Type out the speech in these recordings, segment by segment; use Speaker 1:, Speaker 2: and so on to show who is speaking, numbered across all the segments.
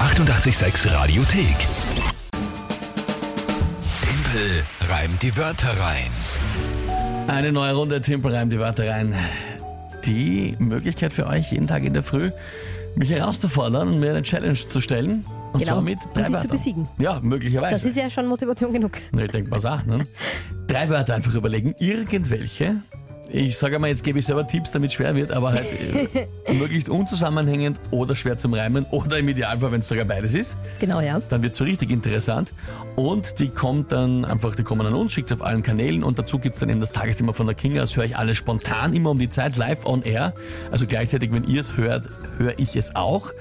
Speaker 1: 886 Radiothek. Tempel reimt die Wörter rein.
Speaker 2: Eine neue Runde Timpel reimt die Wörter rein. Die Möglichkeit für euch, jeden Tag in der Früh mich herauszufordern und mir eine Challenge zu stellen. Und
Speaker 3: Genau.
Speaker 2: zwar mit
Speaker 3: Und
Speaker 2: drei
Speaker 3: dich zu
Speaker 2: Wörtern.
Speaker 3: besiegen.
Speaker 2: Ja, möglicherweise.
Speaker 3: Das ist ja schon Motivation genug.
Speaker 2: Nee, denkt man's auch, ne? Drei Wörter einfach überlegen, irgendwelche. Ich sage mal, jetzt gebe ich selber Tipps, damit es schwer wird, aber halt äh, möglichst unzusammenhängend oder schwer zum Reimen oder im Idealfall, wenn es sogar beides ist,
Speaker 3: Genau, ja.
Speaker 2: dann wird es so richtig interessant. Und die kommt dann einfach, die kommen an uns, schickt auf allen Kanälen und dazu gibt es dann eben das Tagesthema von der Kinga. Das höre ich alles spontan immer um die Zeit, live on air. Also gleichzeitig, wenn ihr es hört, höre ich es auch.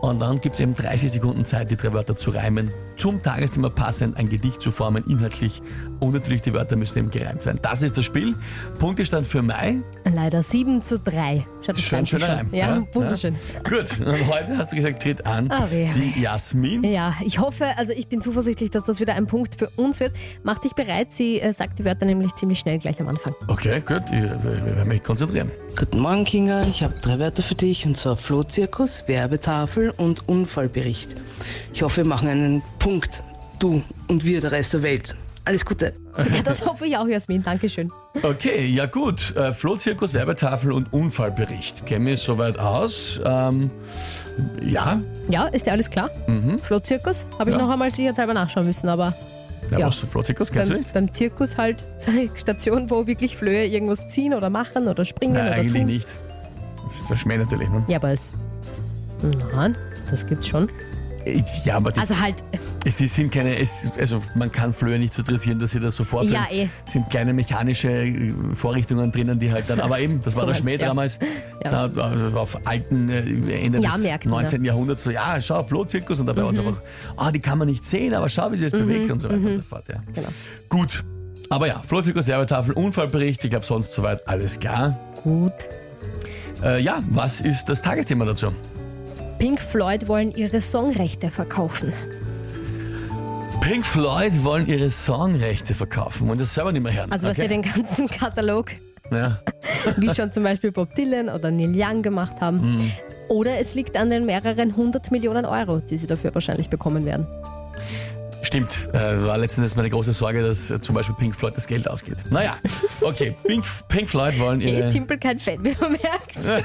Speaker 2: Und dann gibt es eben 30 Sekunden Zeit, die drei Wörter zu reimen, zum Tagesthema passend ein Gedicht zu formen, inhaltlich. Und natürlich die Wörter müssen eben gereimt sein. Das ist das Spiel. Punktestand für Mai.
Speaker 3: Leider 7 zu 3. Schaut das
Speaker 2: Schön,
Speaker 3: Reim
Speaker 2: schöner
Speaker 3: schon.
Speaker 2: Reim.
Speaker 3: Ja, wunderschön.
Speaker 2: Gut, und heute hast du gesagt, tritt an
Speaker 3: Ah, weh,
Speaker 2: die Jasmin.
Speaker 3: Ja, ich hoffe, also ich bin zuversichtlich, dass das wieder ein Punkt für uns wird. Mach dich bereit, sie äh, sagt die Wörter nämlich ziemlich schnell gleich am Anfang.
Speaker 2: Okay, gut, ich, ich, ich werde mich konzentrieren.
Speaker 4: Guten Morgen, Kinga. Ich habe drei Wörter für dich, und zwar Flohzirkus, Werbetafel und Unfallbericht. Ich hoffe, wir machen einen Punkt. Du und wir, der Rest der Welt. Alles Gute.
Speaker 3: Ja, das hoffe ich auch, Jasmin. Dankeschön.
Speaker 2: Okay, ja gut. Äh, Flohzirkus, Werbetafel und Unfallbericht. Käme ich soweit aus. Ähm, ja,
Speaker 3: Ja, ist dir alles klar? Mhm. Flohzirkus habe ich
Speaker 2: Ja.
Speaker 3: noch einmal sicherheitshalber nachschauen müssen, aber
Speaker 2: na
Speaker 3: Ja.
Speaker 2: was, Flohzirkus, kennst du
Speaker 3: beim,
Speaker 2: nicht?
Speaker 3: beim Zirkus halt so eine Station, wo wirklich Flöhe irgendwas ziehen oder machen oder springen
Speaker 2: Nein,
Speaker 3: oder
Speaker 2: eigentlich
Speaker 3: tun.
Speaker 2: nicht. Das ist der Schmäh natürlich. Ne?
Speaker 3: Ja, aber es. Nein, das gibt's schon.
Speaker 2: Ich- Ja, aber die,
Speaker 3: Also halt,
Speaker 2: es ist- sind keine, es, also man kann Flöhe nicht so dressieren, dass sie das so vorführen.
Speaker 3: Ja, eh.
Speaker 2: sind kleine mechanische äh, Vorrichtungen drinnen, die halt dann, aber eben, das
Speaker 3: So
Speaker 2: war der
Speaker 3: meinst
Speaker 2: Schmäh
Speaker 3: du, ja.
Speaker 2: damals,
Speaker 3: Ja.
Speaker 2: So, also auf alten, äh, Ende
Speaker 3: Ja,
Speaker 2: des
Speaker 3: merkt man,
Speaker 2: 19. Jahrhunderts, so, ja, schau, Flohzirkus und dabei mhm. uns einfach, ah, die kann man nicht sehen, aber schau, wie sie es bewegt und so weiter und so fort, ja.
Speaker 3: Mhm. Genau.
Speaker 2: Gut. Aber ja, Flohzirkus, Werbetafel, Unfallbericht, ich glaube sonst soweit alles klar.
Speaker 3: gut.
Speaker 2: Äh, ja, was ist das Tagesthema dazu?
Speaker 3: Pink Floyd wollen ihre Songrechte verkaufen.
Speaker 2: Pink Floyd wollen ihre Songrechte verkaufen, wollen das selber nicht mehr hören.
Speaker 3: Also was die den ganzen Katalog,
Speaker 2: ja.
Speaker 3: wie schon zum Beispiel Bob Dylan oder Neil Young gemacht haben. Oder es liegt an den mehreren hundert Millionen Euro, die sie dafür wahrscheinlich bekommen werden.
Speaker 2: Stimmt, äh, war letztens meine große Sorge, dass äh, zum Beispiel Pink Floyd das Geld ausgeht. Naja, okay, Pink, Pink Floyd wollen
Speaker 3: Hey,
Speaker 2: ihre...
Speaker 3: Timpel kein Fan, wie man merkt.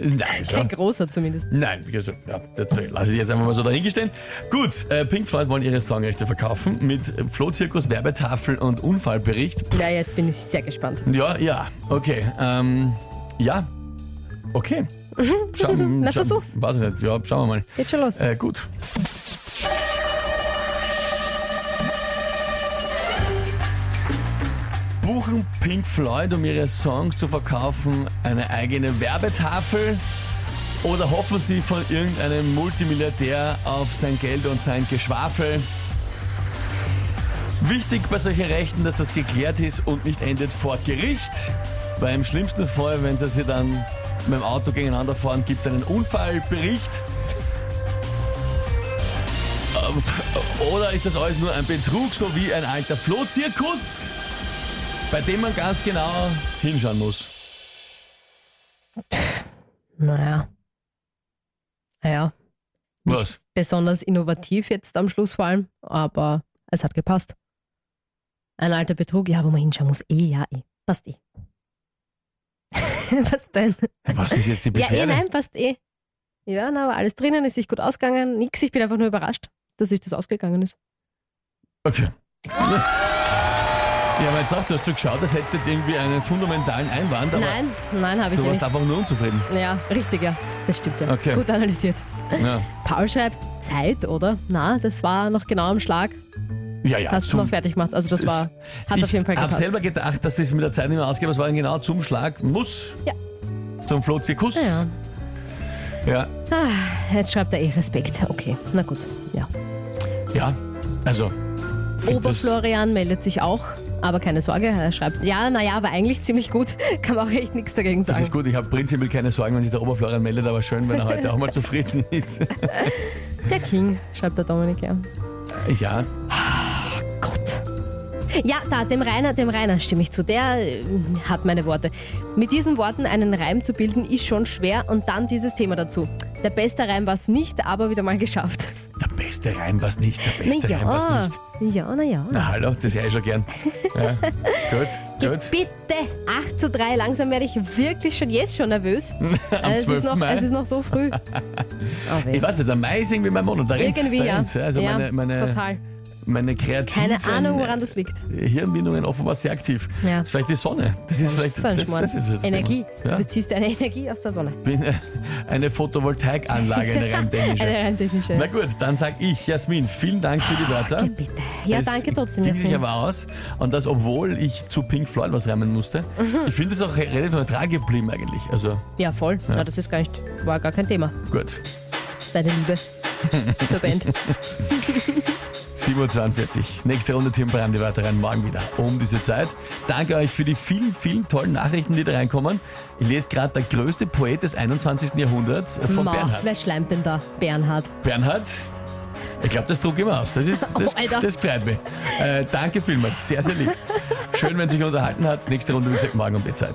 Speaker 2: Nein, so.
Speaker 3: Kein großer zumindest.
Speaker 2: Nein, also, ja, das das lasse ich jetzt einfach mal so dahingestellt. Gut, äh, Pink Floyd wollen ihre Songrechte verkaufen mit Flohzirkus, Werbetafel und Unfallbericht.
Speaker 3: Ja, jetzt bin ich sehr gespannt.
Speaker 2: Ja, ja, okay. Ähm, ja, okay. Schauen,
Speaker 3: Na,
Speaker 2: scha-
Speaker 3: versuch's.
Speaker 2: Weiß ich nicht, ja, schauen wir mal.
Speaker 3: Geht schon los.
Speaker 2: Äh, gut. Buchen Pink Floyd, um ihre Songs zu verkaufen, eine eigene Werbetafel? Oder hoffen sie von irgendeinem Multimilliardär auf sein Geld und sein Geschwafel? Wichtig bei solchen Rechten, dass das geklärt ist und nicht endet vor Gericht. Weil im schlimmsten Fall, wenn sie sich dann mit dem Auto gegeneinander fahren, gibt es einen Unfallbericht. Ähm, Oder ist das alles nur ein Betrug, so wie ein alter Flohzirkus, bei dem man ganz genau hinschauen muss?
Speaker 3: Naja. Naja,
Speaker 2: Was?
Speaker 3: besonders innovativ jetzt am Schluss vor allem, aber es hat gepasst. Ein alter Betrug, ja, wo man hinschauen muss. Eh, ja, eh. Passt eh. Was denn?
Speaker 2: Was ist jetzt die
Speaker 3: Ja, eh,
Speaker 2: Beschwerde?
Speaker 3: nein, passt eh. Ja, na, aber alles drinnen, es ist gut ausgegangen. Nix, ich bin einfach nur überrascht, dass sich das ausgegangen ist.
Speaker 2: Okay. Ja, aber jetzt auch, du hast so geschaut, das hättest jetzt irgendwie einen fundamentalen Einwand, aber
Speaker 3: nein, nein, habe ich
Speaker 2: du
Speaker 3: ja
Speaker 2: warst
Speaker 3: nicht.
Speaker 2: einfach nur unzufrieden.
Speaker 3: Ja, richtig, ja. Das stimmt ja.
Speaker 2: Okay.
Speaker 3: Gut analysiert.
Speaker 2: Ja,
Speaker 3: Paul schreibt Zeit, oder? Na, das war noch genau am Schlag.
Speaker 2: ja. ja
Speaker 3: Hast du
Speaker 2: zum-
Speaker 3: noch fertig gemacht. Also das
Speaker 2: Es-
Speaker 3: war, hat auf jeden Fall
Speaker 2: Ich habe
Speaker 3: gepasst.
Speaker 2: selber gedacht, dass das mit der Zeit nicht mehr ausgeht, aber es war ein genau zum Schlag muss.
Speaker 3: Ja.
Speaker 2: Zum Flohzirkus.
Speaker 3: Ja.
Speaker 2: ja.
Speaker 3: Jetzt schreibt er eh Respekt. Okay, na gut. Ja.
Speaker 2: Ja. Also. find das-
Speaker 3: Oberflorian meldet sich auch, aber keine Sorge, er schreibt, ja, naja, war eigentlich ziemlich gut, kann man auch echt nichts dagegen
Speaker 2: Das
Speaker 3: sagen.
Speaker 2: ist gut, ich habe prinzipiell keine Sorgen, wenn sich der Oberflorian meldet, aber schön, wenn er heute auch mal zufrieden ist.
Speaker 3: Der King, schreibt der Dominik, ja.
Speaker 2: Ja,
Speaker 3: Gott. Ja, da, dem Rainer, dem Rainer stimme ich zu. Der äh, hat meine Worte. Mit diesen Worten einen Reim zu bilden, ist schon schwer und dann dieses Thema dazu. Der beste Reim war es nicht, aber wieder mal geschafft.
Speaker 2: Der beste Reim war es nicht, der beste Reim war es nicht.
Speaker 3: ja, na ja.
Speaker 2: Na hallo, das höre ich schon gern. Ja. Gut, gut.
Speaker 3: Bitte, 8 zu 3, langsam werde ich wirklich schon jetzt schon nervös.
Speaker 2: Am
Speaker 3: Also Äh, es,
Speaker 2: 12.
Speaker 3: ist noch,
Speaker 2: Mai.
Speaker 3: es ist noch so früh. Oh, weh.
Speaker 2: Ich weiß nicht, der Mai ist irgendwie mein Monat. Da rennt's,
Speaker 3: Irgendwie,
Speaker 2: da
Speaker 3: ja.
Speaker 2: rennt's. Also
Speaker 3: ja,
Speaker 2: meine, meine,
Speaker 3: total.
Speaker 2: meine kreativen
Speaker 3: Keine Ahnung, woran das liegt.
Speaker 2: Hirnbindungen offenbar sehr aktiv.
Speaker 3: Ja.
Speaker 2: Das ist vielleicht die Sonne. Das ist vielleicht
Speaker 3: so ein Schmarrn.
Speaker 2: das ist das
Speaker 3: Energie.
Speaker 2: Thema. Ja.
Speaker 3: Du beziehst deine Energie aus der Sonne.
Speaker 2: bin äh, eine Photovoltaikanlage, eine rein
Speaker 3: Eine
Speaker 2: technische.
Speaker 3: rein technische.
Speaker 2: Na gut, dann sag ich, Jasmin, vielen Dank für die Wörter.
Speaker 3: Bitte. Ja,
Speaker 2: Es
Speaker 3: danke trotzdem,
Speaker 2: ging sich
Speaker 3: Jasmin.
Speaker 2: aber aus. Und das, obwohl ich zu Pink Floyd was reimen musste.
Speaker 3: Mhm.
Speaker 2: Ich finde es auch re- relativ neutral geblieben eigentlich. Also
Speaker 3: Ja, voll. Na, das ist gar nicht, war gar kein Thema.
Speaker 2: gut,
Speaker 3: Deine Liebe zur Band.
Speaker 2: 7.42 Nächste Runde Team Brand, die Wörter rein morgen wieder um diese Zeit. Danke euch für die vielen, vielen tollen Nachrichten, die da reinkommen. Ich lese gerade, der größte Poet des 21. Jahrhunderts äh, von
Speaker 3: Ma,
Speaker 2: Bernhard.
Speaker 3: Wer schleimt denn da? Bernhard.
Speaker 2: Bernhard, ich glaube, das druck ich mir aus. Das, ist, das,
Speaker 3: Oh, Alter.
Speaker 2: das gefällt mir. Äh, danke vielmals, sehr, sehr lieb. Schön, wenn es euch unterhalten hat. Nächste Runde, wie gesagt, morgen um die Zeit.